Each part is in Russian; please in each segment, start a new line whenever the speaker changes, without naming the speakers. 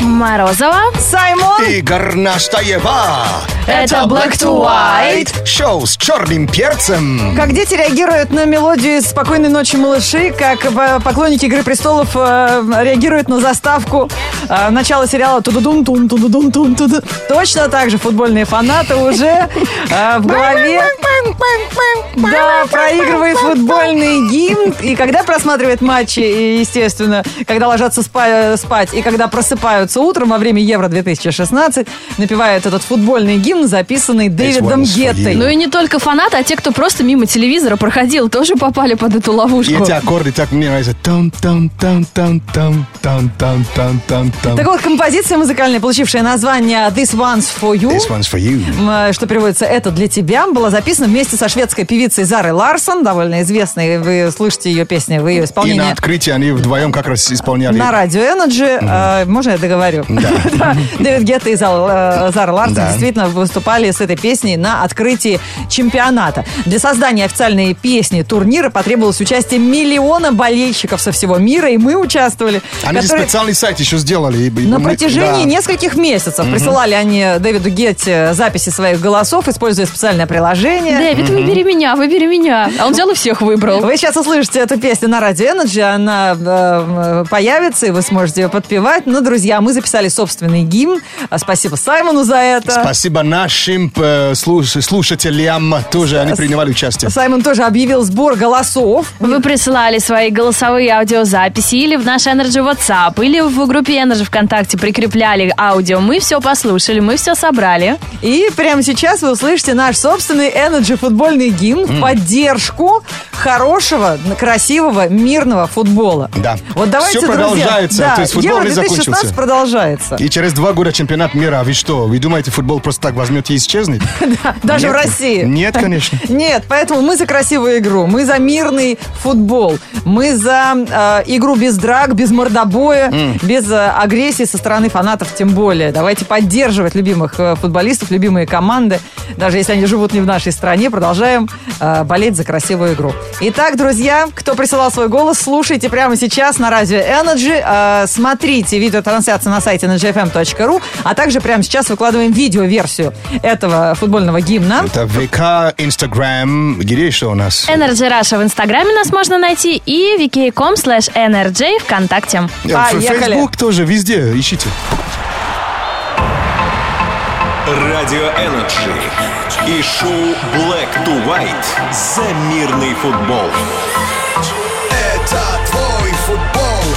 Морозова.
Саймон.
И Горнаштаева.
Это Black to White.
Шоу с черным перцем.
Как дети реагируют на мелодию из «Спокойной ночи, малыши», как э, поклонники «Игры престолов» э, реагируют на заставку э, начала сериала тудудум тум тудудум тум туду Точно так же футбольные фанаты уже э, в голове да, проигрывает футбольный гимн. И когда просматривает матчи, и, естественно, когда ложатся спа- спать, и когда просыпаются утром во время Евро-2016, напевает этот футбольный гимн, записанный Дэвидом
one's for
Геттой.
you.
Ну и не только фанаты, а те, кто просто мимо телевизора проходил, тоже попали под эту ловушку.
И эти аккорды так мне нравятся. Там, там, там, там, там, там, там, там, там, там.
Так вот, композиция музыкальная, получившая название «This One's For You»,
This one's for you.
м, э, что переводится «Это для тебя», была записана вместе со шведской певицей Зарой Ларсон, довольно известной, вы слышите ее песни в ее
И на
исполнении.
открытии они вдвоем как раз исполняли.
На радио Energy, э, можно я договорю? Да. Дэвид Гетта и Зал- э, Зара Ларсон
Да.
действительно выступали с этой песней на открытии чемпионата. Для создания официальной песни турнира потребовалось участие миллиона болельщиков со всего мира, и мы участвовали.
Они же
которые-
специальный сайт еще сделали. и- и
на
мы-
протяжении
да.
нескольких месяцев присылали они Дэвиду Гетти записи своих голосов, используя специальное приложение.
Дэвид, выбери меня, выбери меня. А он взял и всех выбрал.
Вы сейчас услышите эту песню на радио Energy, она э, появится, и вы сможете ее подпевать. Но, друзья, мы записали собственный гимн. А Спасибо Саймону за это.
Спасибо нашим э, слуш- слушателям тоже. Они принимали участие.
Саймон тоже объявил сбор голосов.
Вы присылали свои голосовые аудиозаписи или в наш Energy WhatsApp, или в группе Energy ВКонтакте прикрепляли аудио. Мы все послушали, мы все собрали.
И прямо сейчас вы услышите наш собственный Energy футбольный гимн в поддержку хорошего, красивого, мирного футбола.
Да.
Вот давайте,
Всё
друзья,
продолжается,
да,
то есть футбол
Евро
не
2016
закончился.
продолжается.
И через два года чемпионат мира. А Вы что, вы думаете, футбол просто так возьмет и исчезнет?
Даже в
Нет.
России.
Нет, конечно.
Нет, поэтому мы за красивую игру, мы за мирный футбол, мы за э, игру без драк, без мордобоя, без э, агрессии со стороны фанатов тем более. Давайте поддерживать любимых э, футболистов, любимые команды, даже если они живут не в нашей стране, продолжаем э, болеть за красивую игру. Итак, друзья, кто присылал свой голос, слушайте прямо сейчас на радио Energy, э, смотрите видеотрансляцию на сайте energyfm.ru, а также прямо сейчас выкладываем видеоверсию этого футбольного гимна.
Это ВК, Инстаграм. Где еще у нас?
Energy Russia в Инстаграме нас можно найти и vk.com slash energy ВКонтакте.
Э, ф-
поехали.
Фейсбук тоже везде. Ищите.
Радио Энерджи и шоу Black to White за мирный футбол.
Это твой футбол,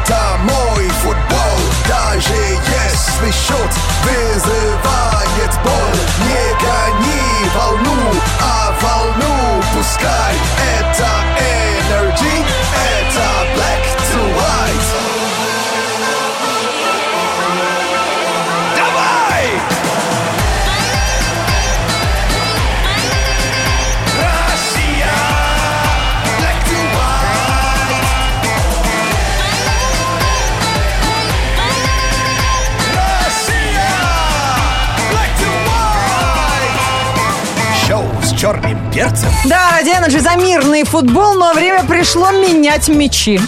это мой футбол. Даже если счет вызывает боль, не гони волну, а волну пускай. Это Energy, это Black to White. Давай! Россия! Black to white. Россия! Black to white. Шоу с черным перцем.
Да, ради Energy за мирный футбол, но время пришло менять мячи.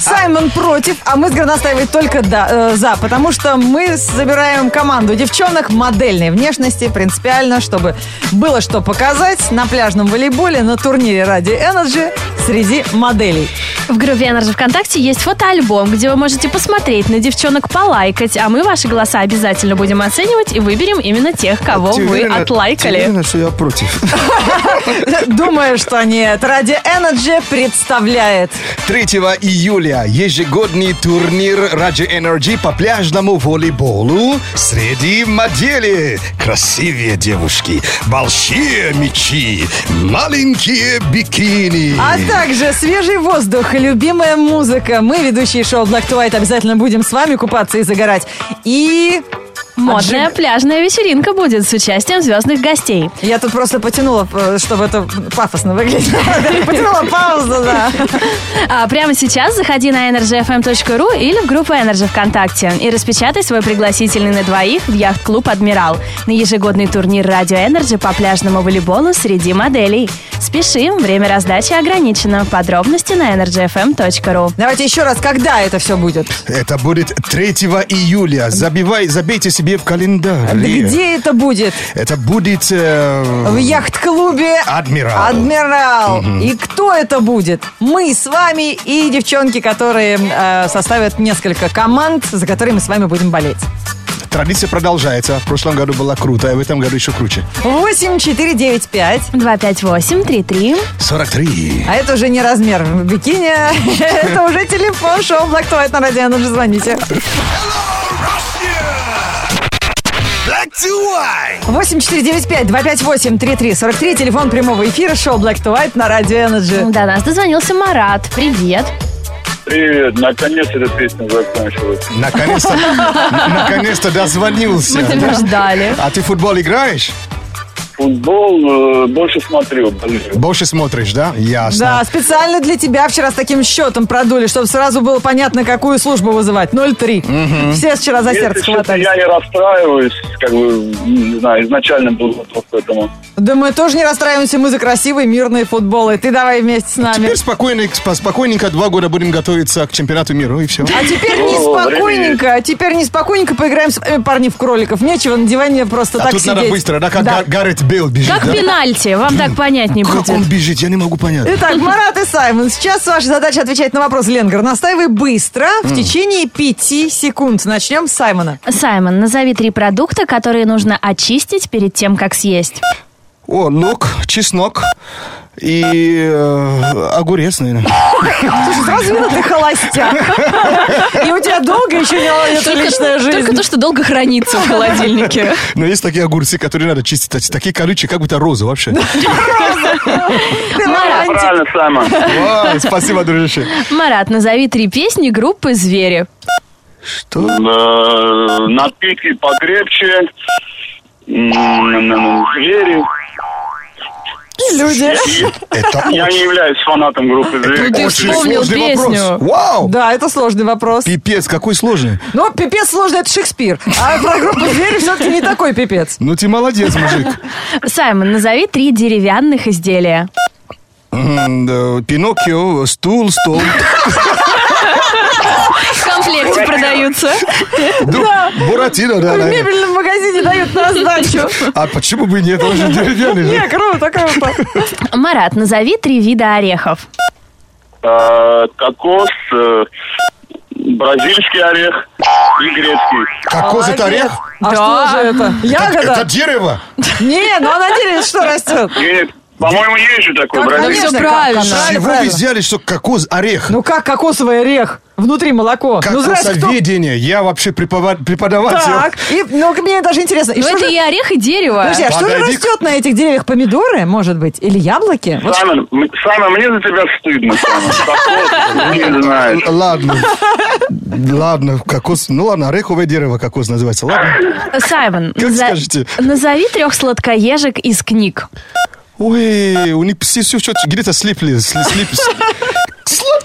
Саймон против, а мы с Горностаевой только да- э, за, потому что мы забираем команду девчонок модельной внешности, принципиально, чтобы было что показать на пляжном волейболе, на турнире ради Energy среди моделей.
В группе Energy ВКонтакте есть фотоальбом, где вы можете посмотреть на девчонок, полайкать, а мы ваши голоса обязательно будем оценивать и выберем именно тех, кого
Ты
вы
уверена- ты
отлайкали.
уверена, что я против?
Думаю, что нет. Ради Energy представляет
3 июля ежегодный турнир Раджи Энерджи по пляжному волейболу среди модели. Красивые девушки, большие мечи, маленькие бикини.
А также свежий воздух и любимая музыка. Мы, ведущие шоу Black to White, обязательно будем с вами купаться и загорать. И
Модная
Отжиг-
пляжная вечеринка будет с участием звездных гостей.
Я тут просто потянула, э, чтобы это пафосно выглядело. Потянула паузу, да.
А прямо сейчас заходи на energyfm.ru или в группу Energy ВКонтакте и распечатай свой пригласительный на двоих в яхт-клуб «Адмирал» на ежегодный турнир «Радио Energy по пляжному волейболу среди моделей. Спеши, время раздачи ограничено. Подробности на energyfm.ru.
Давайте еще раз, когда это все будет?
Это будет 3 июля. Забивай, забейте себе в календарь.
Где это будет?
Это будет... э,
В яхт-клубе
Адмирал.
Адмирал. И кто это будет? Мы с вами и девчонки, которые э, составят несколько команд, за которые мы с вами будем болеть.
Традиция продолжается. В прошлом году было круто, а в этом году еще круче.
8 4 9 5.
258-33.
43.
А это уже не размер в бикини, это уже телефон шоу Black to White на радио, ну же звоните.
Black to white.
8495-258-3343, телефон прямого эфира, шоу Black to White на радио
Ну,
Energy.
До нас дозвонился Марат. Привет.
Привет, наконец эта песня закончилась.
Наконец-то, наконец-то дозвонился.
Мы тебя ждали.
А ты в футбол играешь?
Футбол э, больше смотрю, болею.
Больше смотришь, да? Ясно.
Да, специально для тебя вчера с таким счетом продули, чтобы сразу было понятно, какую службу вызывать. 0-3. Все вчера за сердце
Если честно,
хватались.
я не расстраиваюсь, как бы, не знаю, изначально был готов к этому.
Да мы тоже не расстраиваемся, мы за красивый мирный футбол. И ты давай вместе с нами.
А Теперь спокойно, спокойненько два года будем готовиться к чемпионату мира и все.
А теперь
О,
неспокойненько, а теперь неспокойненько поиграем с вами, парни, в кроликов. Нечего на диване просто
А
так
тут
сидеть.
надо быстро, да? Как
Да.
Гар- Гаррет Бейл бежит,
Как
да?
пенальти, вам так понять не
Как он
будет.
бежит, я не могу понять.
Итак, Марат и Саймон, сейчас ваша задача отвечать на вопрос Ленгар. Настаивай быстро, в течение пяти секунд. Начнем с Саймона.
Саймон, назови три продукта, которые нужно очистить перед тем, как съесть.
О, лук, чеснок и э, огурец, наверное.
Слушай, сразу видно, ты холостяк. И у тебя долго еще не ловит личная жизнь.
то, что долго хранится в холодильнике.
Но есть такие огурцы, которые надо чистить. Т- Такие колючие, как будто розы вообще.
Ты романтик.
Правильно, Саймон.
Ой, Спасибо, дружище.
Марат, назови три песни группы «Звери».
Что?
Э, На пике покрепче. М, Звери.
И люди.
Это
Я не являюсь фанатом группы
ты
«Звери».
очень
вспомнил
сложный вопрос.
песню.
Вау!
Да, это сложный вопрос.
Пипец, какой сложный.
Но пипец сложный, это Шекспир. А про группу «Звери» все-таки не такой пипец.
Ну ты молодец, мужик.
Саймон, назови три деревянных изделия.
М, да, Пиноккио, стул, стол.
В комплекте продаются.
Друг- Буратино, да,
В
да.
мебельном магазине дают на сдачу.
А почему бы и нет? Он же деревянный же.
Не, круто, круто.
Марат, назови три вида орехов.
Э, Кокос, э, бразильский орех и грецкий.
Кокос это орех?
А что же это?
Это
Ягода?
дерево.
Не, ну а на дереве что растет?
И, По-моему, есть же такой
Как
бразильский.
Конечно,
всё
как-
правильно.
как-
С
правильно,
чего вы
правильно.
взяли, что кокос орех?
Ну как кокосовый орех? Внутри молоко. ну, здрасте, кто-
Кокосоведение. Я вообще препова- преподаватель.
Так, и, ну мне даже интересно. И
Ну,
что
это
же...
и орех, и дерево.
Подожди, а что же
Погоди.
растет на этих деревьях? Помидоры, может быть? Или яблоки? Вот
Саймон, м- Саймон, мне за тебя стыдно, Саймон. Такого ты не знаешь.
Л- Ладно. Ладно, кокос. Ну ладно, ореховое дерево кокос называется. Ладно.
Саймон, наза-
скажете.
назови трех сладкоежек из книг.
Ой, у них все, все, где-то слипли. сли- слип-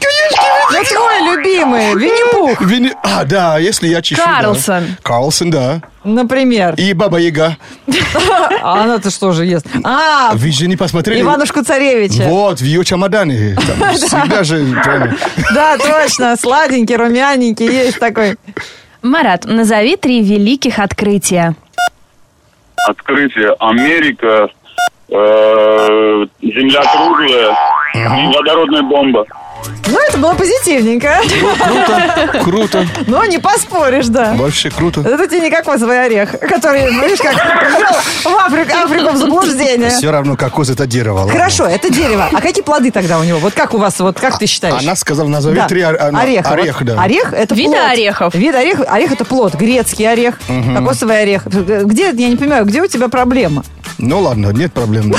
Ну, твой любимый, Винни-Пух,
Вини- А, да, если я чищу. да.
Карлсон.
Карлсон, да.
например.
И Баба Яга.
А она-то что же ест? А,
Вы же не посмотрели.
Иванушку Царевича.
Вот, в ее чемодане. Там Всегда же. прямо.
Да, точно, сладенький, румяненький, есть такой.
Марат, назови три великих открытия.
Открытие. Америка, э, земля круглая и водородная бомба.
Ну, это было позитивненько,
Круто, круто.
но не поспоришь, да.
Вообще круто.
Это тебе не кокосовый орех, который, видишь, как ввел в Африку, Африку в заблуждение.
Все равно кокос это дерево. ладно.
Хорошо, это дерево. А какие плоды тогда у него? Вот как у вас, вот как ты считаешь?
Она сказала, назови
Да.
а три ор- она-
ореха.
орех,
Вот
да.
Орех это
Виды
плод.
орехов.
Вид орех, орех это плод. Грецкий орех, кокосовый орех. Где, я не понимаю, где у тебя проблема?
Ну ладно, нет проблем.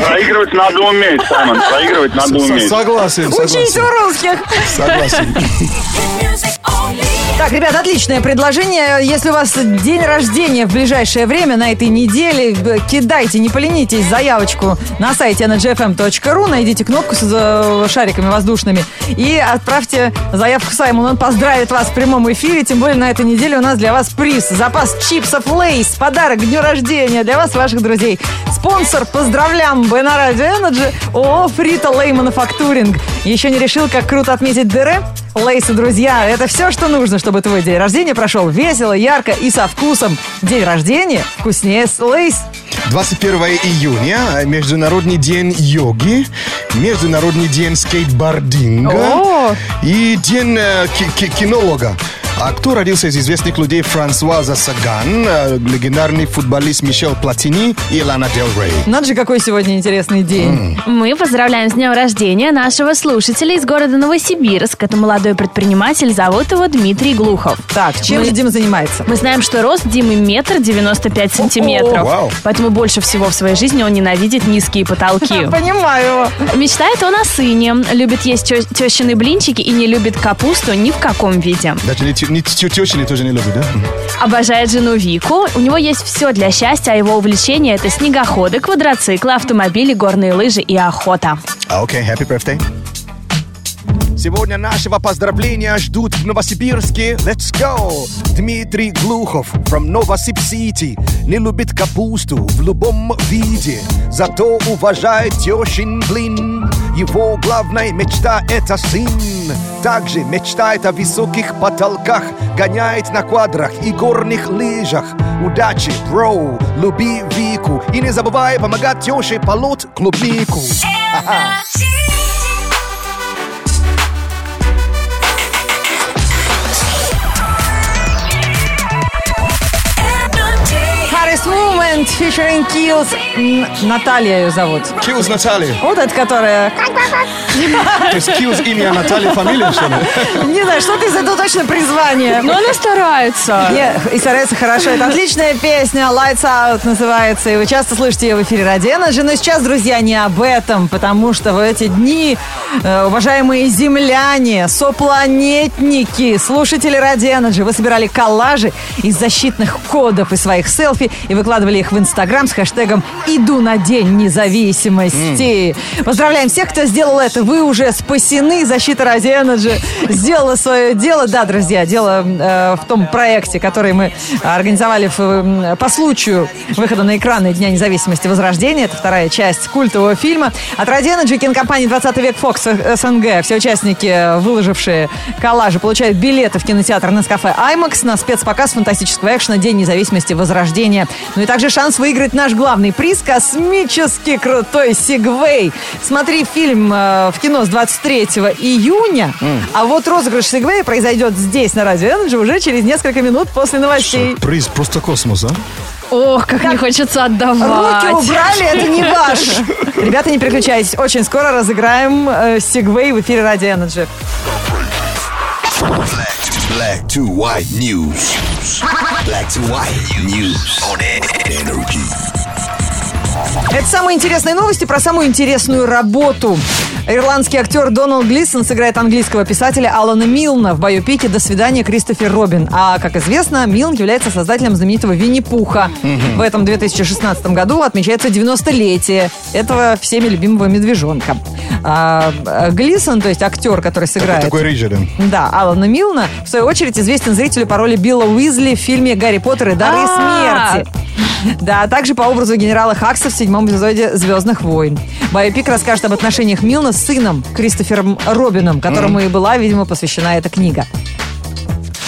Проигрывать надо уметь, Саймон. Проигрывать надо
С-
уметь.
Согласен,
Учись у
согласен.
русских.
Согласен.
Так, ребят, отличное предложение. Если у вас день рождения в ближайшее время, на этой неделе, б- кидайте, не поленитесь, заявочку на сайте energyfm.ru, найдите кнопку с э, шариками воздушными и отправьте заявку Саймону. Он поздравит вас в прямом эфире, тем более на этой неделе у нас для вас приз. Запас чипсов Лейс, подарок к дню рождения для вас, и ваших друзей. Спонсор, поздравляем, Б на Радио Energy, ООО Фрита Лей Мануфактуринг. Еще не решил, как круто отметить дыры? Лейсы, друзья, это все, что нужно, чтобы твой день рождения прошел весело, ярко и со вкусом. День рождения вкуснее с Лейс.
21 июня, э, Международный день йоги, Международный день
О!
скейтбординга и День э, ки- ки- кинолога. А кто родился из известных людей? Франсуаза Саган, э, легендарный футболист Мишел Платини и Лана Дель Рей.
Надо же, какой сегодня интересный день.
Мы поздравляем с днем рождения нашего слушателя из города Новосибирск. Это молодой предприниматель, зовут его Дмитрий Глухов.
Так, чем
Мы-
же Дима занимается?
Мы знаем, что рост Димы метр девяносто пять сантиметров.
Вау.
Поэтому больше всего в своей жизни он ненавидит низкие потолки.
Понимаю.
Мечтает он о сыне, любит есть тё- тещины блинчики и не любит капусту ни в каком виде.
Даже не, тю- не тю- тещины тоже не любит, да?
Обожает жену Вику. У него есть все для счастья, а его увлечения это снегоходы, квадроциклы, автомобили, горные лыжи и охота.
А, Окей, happy birthday. Сегодня нашего поздравления ждут в Новосибирске. Let's go! Дмитрий Глухов from Новосиб Сити не любит капусту в любом виде, зато уважает тещин блин. Его главная мечта – это сын. Также мечтает о высоких потолках, гоняет на квадрах и горных лыжах. Удачи, бро, люби Вику и не забывай помогать тёще полоть клубнику.
Harris Movement featuring Kills. М, Наталья ее зовут.
Килз Наталья.
Вот эта, которая...
То есть Килз имя, а Наталья фамилия, что ли?
Не знаю, что ты за это точно призвание.
Но она старается.
Не, и старается хорошо. Это отличная песня. Lights Out называется. И вы часто слышите ее в эфире Ради Energy. Но сейчас, друзья, не об этом. Потому что в эти дни, э, уважаемые земляне, сопланетники, слушатели Ради Energy, вы собирали коллажи из защитных кодов и своих селфи и выкладывали их в Инстаграм с хэштегом «Иду на день независимости». Поздравляем всех, кто сделал это. Вы уже спасены. Защита Ради Energy сделала свое дело. Да, друзья, дело э, в том проекте, который мы организовали в, э, по случаю выхода на экраны Дня независимости Возрождения. Это вторая часть культового фильма. От Ради Energy кинокомпании «20 век Фокс» СНГ. Все участники, выложившие коллажи, получают билеты в кинотеатр на кафе IMAX на спецпоказ фантастического экшена «День независимости Возрождения». Ну и также шанс выиграть наш главный приз – космически крутой Сигвей. Смотри фильм э, в кино с 23 июня, а вот розыгрыш Сигвея произойдет здесь, на Радио Energy, уже через несколько минут после новостей.
Приз просто космос, а?
Ох, как не хочется отдавать.
Руки убрали, это не ваш. Ребята, не переключайтесь. Очень скоро разыграем э, Сигвей в эфире Радио Energy.
Black to white news. Black to white news on energy.
Это самые интересные новости про самую интересную работу. Ирландский актер Доналд Глисон сыграет английского писателя Алана Милна в биопике «До свидания, Кристофер Робин». А, как известно, Милн является создателем знаменитого «Винни-Пуха». В этом 2016 году отмечается 90-летие этого всеми любимого медвежонка. А, э, Глисон, то есть актер, который сыграет...
Такой рейджер, да.
Да, Алана Милна, в свою очередь, известен зрителю по роли Билла Уизли в фильме «Гарри Поттер и дары
А.
смерти». Да, а также по образу генерала Хакса в седьмом эпизоде «Звездных войн». Байопик расскажет об отношениях Милна с сыном Кристофером Робином, которому и была, видимо, посвящена эта книга.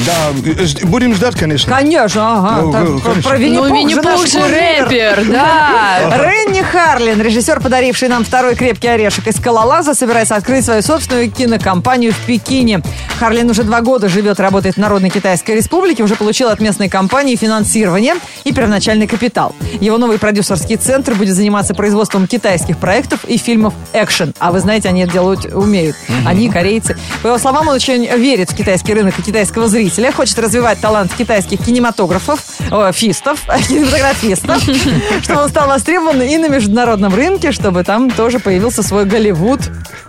Да, э, ж- будем ждать, конечно.
Конечно, ага.
Ну,
там
ну,
про-
конечно.
про Винни-Пух
Ну,
же
Винни-Пух
наш
же
кумир.
рэпер, да.
Ренни Харлин, режиссер, подаривший нам второй крепкий орешек из «Скалолаза», собирается открыть свою собственную кинокомпанию в Пекине. Харлин уже два года живет, работает в Народной Китайской Республике, уже получил от местной компании финансирование и первоначальный капитал. Его новый продюсерский центр будет заниматься производством китайских проектов и фильмов экшен. А вы знаете, они это делают умеют. Они корейцы. По его словам, он очень верит в китайский рынок и китайского зрителя. руководителя хочет развивать талант китайских кинематографов, э, фистов, кинематографистов, чтобы он стал востребован и на международном рынке, чтобы там тоже появился свой Голливуд.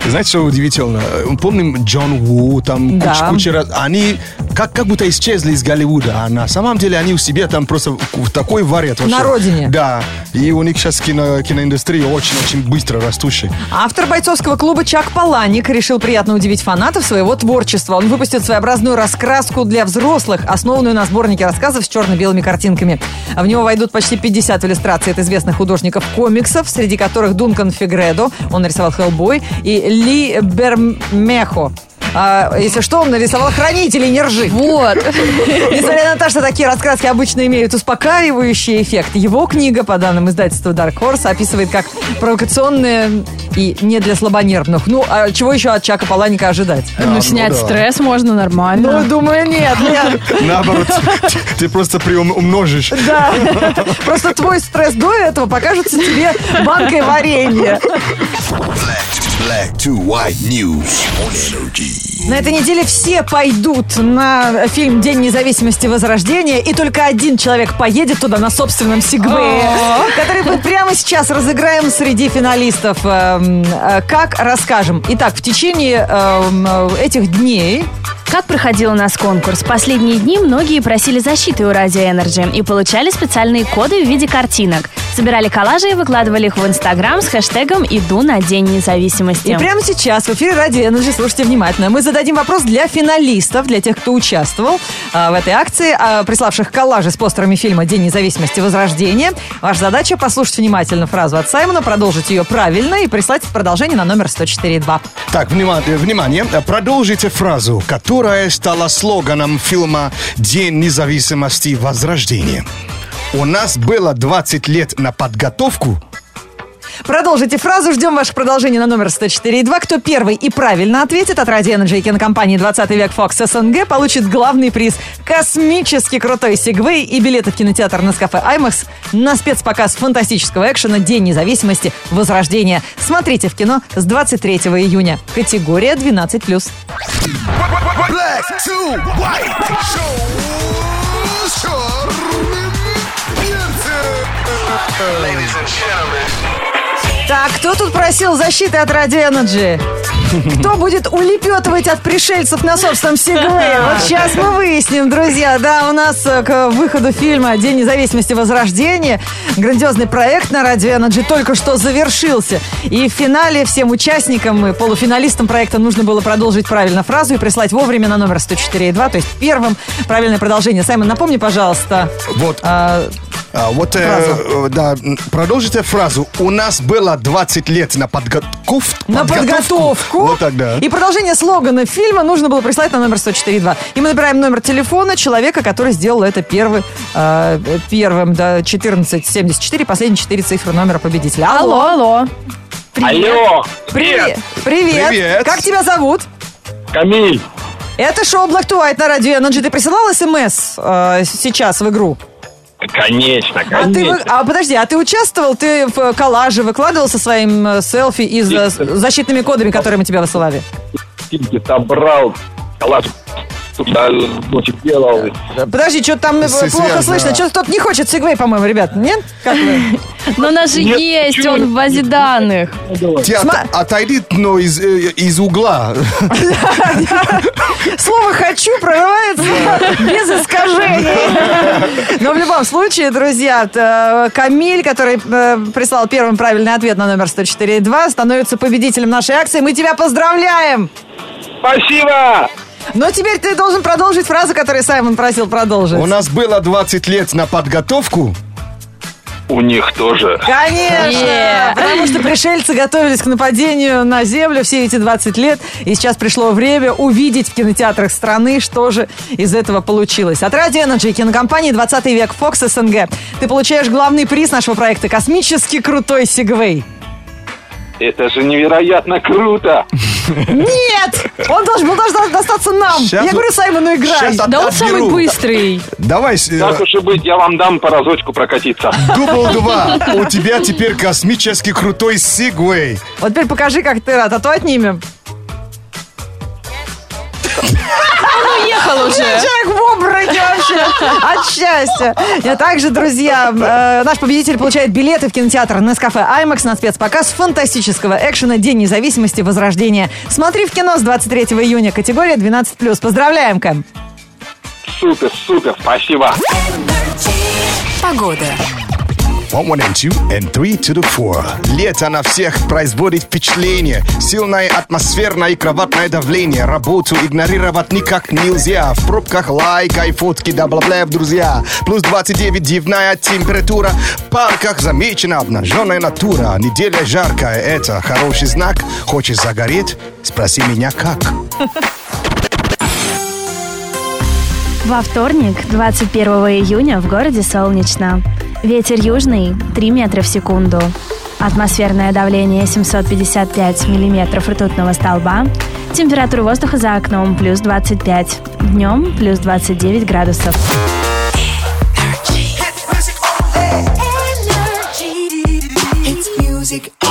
Знаете, что удивительно? Помним Джон Ву, там
Да.
куча, куча раз- Они как, как будто исчезли из Голливуда, а на самом деле они у себя там просто в- в такой варят. вообще.
На родине.
Да. И у них сейчас кино, киноиндустрия очень-очень быстро растущая.
Автор бойцовского клуба Чак Паланик решил приятно удивить фанатов своего творчества. Он выпустит своеобразную раскраску для взрослых, основанную на сборнике рассказов с черно-белыми картинками. В него войдут почти 50 иллюстраций от известных художников комиксов, среди которых Дункан Фигредо, он нарисовал Хеллбой, и Ли Бермехо. А, если что, он нарисовал хранителей не ржи.
Вот.
Несмотря на то, что такие раскраски обычно имеют успокаивающий эффект, его книга, по данным издательства Dark Horse, описывает как провокационные и не для слабонервных. Ну, а чего еще от Чака Паланика ожидать?
ну
Ну, снять
да.
стресс можно
Ну,
нормально.
думаю, нет, нет.
Наоборот, ты- ты просто приумножишь.
Да. Просто твой стресс до этого покажется тебе банкой варенья.
Black to white news on energy.
На этой неделе все пойдут на фильм «День независимости Возрождения», и только один человек поедет туда на собственном сегвее, который мы прямо сейчас разыграем среди финалистов. Эм, э, Как расскажем. Итак, в течение эм, э, этих дней
Как проходил у нас конкурс? Последние дни многие просили защиты у Радио Энерджи и получали специальные коды в виде картинок. Собирали коллажи и выкладывали их в Инстаграм с хэштегом «Иду на День независимости».
И прямо сейчас в эфире Радио Energy, слушайте внимательно, мы зададим вопрос для финалистов, для тех, кто участвовал а, в этой акции, а, приславших коллажи с постерами фильма «День независимости. Возрождение». Ваша задача – послушать внимательно фразу от Саймона, продолжить ее правильно и прислать в продолжение на номер 104.2.
Так, внимание, внимание, продолжите фразу, которая стала слоганом фильма «День независимости Возрождения». У нас было 20 лет на подготовку.
Продолжите фразу, ждем ваше продолжение на номер 104.2. Кто первый и правильно ответит от Радио Energy и кинокомпании «20 век Фокс СНГ» получит главный приз – космически крутой сегвей и билеты в кинотеатр на кафе «Аймакс» на спецпоказ фантастического экшена «День независимости. Возрождение». Смотрите в кино с 23 июня. Категория 12+.
Black to white shows черным перцем. Ladies and gentlemen.
Так, кто тут просил защиты от Радио Energy? Кто будет улепетывать от пришельцев на собственном сегвее? Вот сейчас мы выясним, друзья. Да, у нас э, к выходу фильма «День независимости. Возрождение» грандиозный проект на Радио Energy только что завершился. И в финале всем участникам и полуфиналистам проекта нужно было продолжить правильно фразу и прислать вовремя на номер 104.2, то есть первым правильное продолжение. Саймон, напомни, пожалуйста,
Вот,
э,
а, вот, э,
фразу.
э, да, м, продолжите фразу. У нас было 20 лет на подготовку.
на подготовку.
Вот так, да.
И продолжение слогана фильма нужно было прислать на номер 104.2. И мы набираем номер телефона человека, который сделал это первый, э, первым, да, 1474, последние четыре цифры номера победителя.
Алло,
Алло.
алло.
Алло,
Привет. Привет.
Привет.
Как тебя зовут?
Камиль,
Это шоу Black to White на радио Energy. Ты присылал смс э, сейчас в игру?
конечно,
А, ты, вы-
конечно.
а подожди, а ты участвовал? Ты в э, коллаже выкладывал со своим э, селфи и за- с защитными
э,
кодами, которые мы тебе высылали?
Ты собрал, калаш, туда, значит, делал.
Подожди, что там э,
С-
плохо
связано.
слышно? Что-то кто-то не хочет сегвей, по-моему, ребят, нет? Как вы?
Но у нас же
Нет,
есть,
почему
он в базе данных.
Ты от-
Сма-
отойди, но из, э, из угла.
Слово «хочу» прорывается без искажений. Но в любом случае, друзья, т- э, Камиль, который э, прислал первым правильный ответ на номер 104.2, становится победителем нашей акции. Мы тебя поздравляем!
Спасибо!
Но теперь ты должен продолжить фразу, которую Саймон просил продолжить.
У нас было 20 лет на подготовку.
У них тоже.
Конечно!
Yeah.
Потому что пришельцы готовились к нападению на Землю все эти 20 лет. И сейчас пришло время увидеть в кинотеатрах страны, что же из этого получилось. От Radio Energy и кинокомпании «20 век Фокс СНГ» ты получаешь главный приз нашего проекта «Космически крутой Сигвей».
Это же невероятно круто!
Нет! Он должен был даже достаться нам.
Щас
Я говорю Саймону, играй.
щас от-
Да он
отберу.
самый быстрый.
Давай, э,
Так уж и быть, я вам дам по разочку прокатиться.
дубл два. У тебя теперь космически крутой сигвей.
Вот теперь покажи, как ты рад, а то отнимем.
Он уехал уже.
Человек в обмороке вообще от счастья. Я также, друзья, э, наш победитель получает билеты в кинотеатр на кафе IMAX на спецпоказ фантастического экшена «День независимости. Возрождение». Смотри в кино с 23 июня. Категория 12+. Поздравляем, Кэм.
Супер, супер, спасибо.
Погода.
One, one and two, and three to the four. Лето на всех производит впечатление. Сильное атмосферное и кроватное давление. Работу игнорировать никак нельзя. В пробках лайкай фотки, да бла бла друзья. Плюс 29 дневная температура. В парках замечена обнаженная натура. Неделя жаркая, это хороший знак. Хочешь загореть? Спроси меня как.
Во вторник, 21 июня, в городе солнечно. Ветер южный 3 метра в секунду. Атмосферное давление 755 миллиметров ртутного столба. Температура воздуха за окном плюс 25. Днем плюс 29 градусов.
Energy. It's music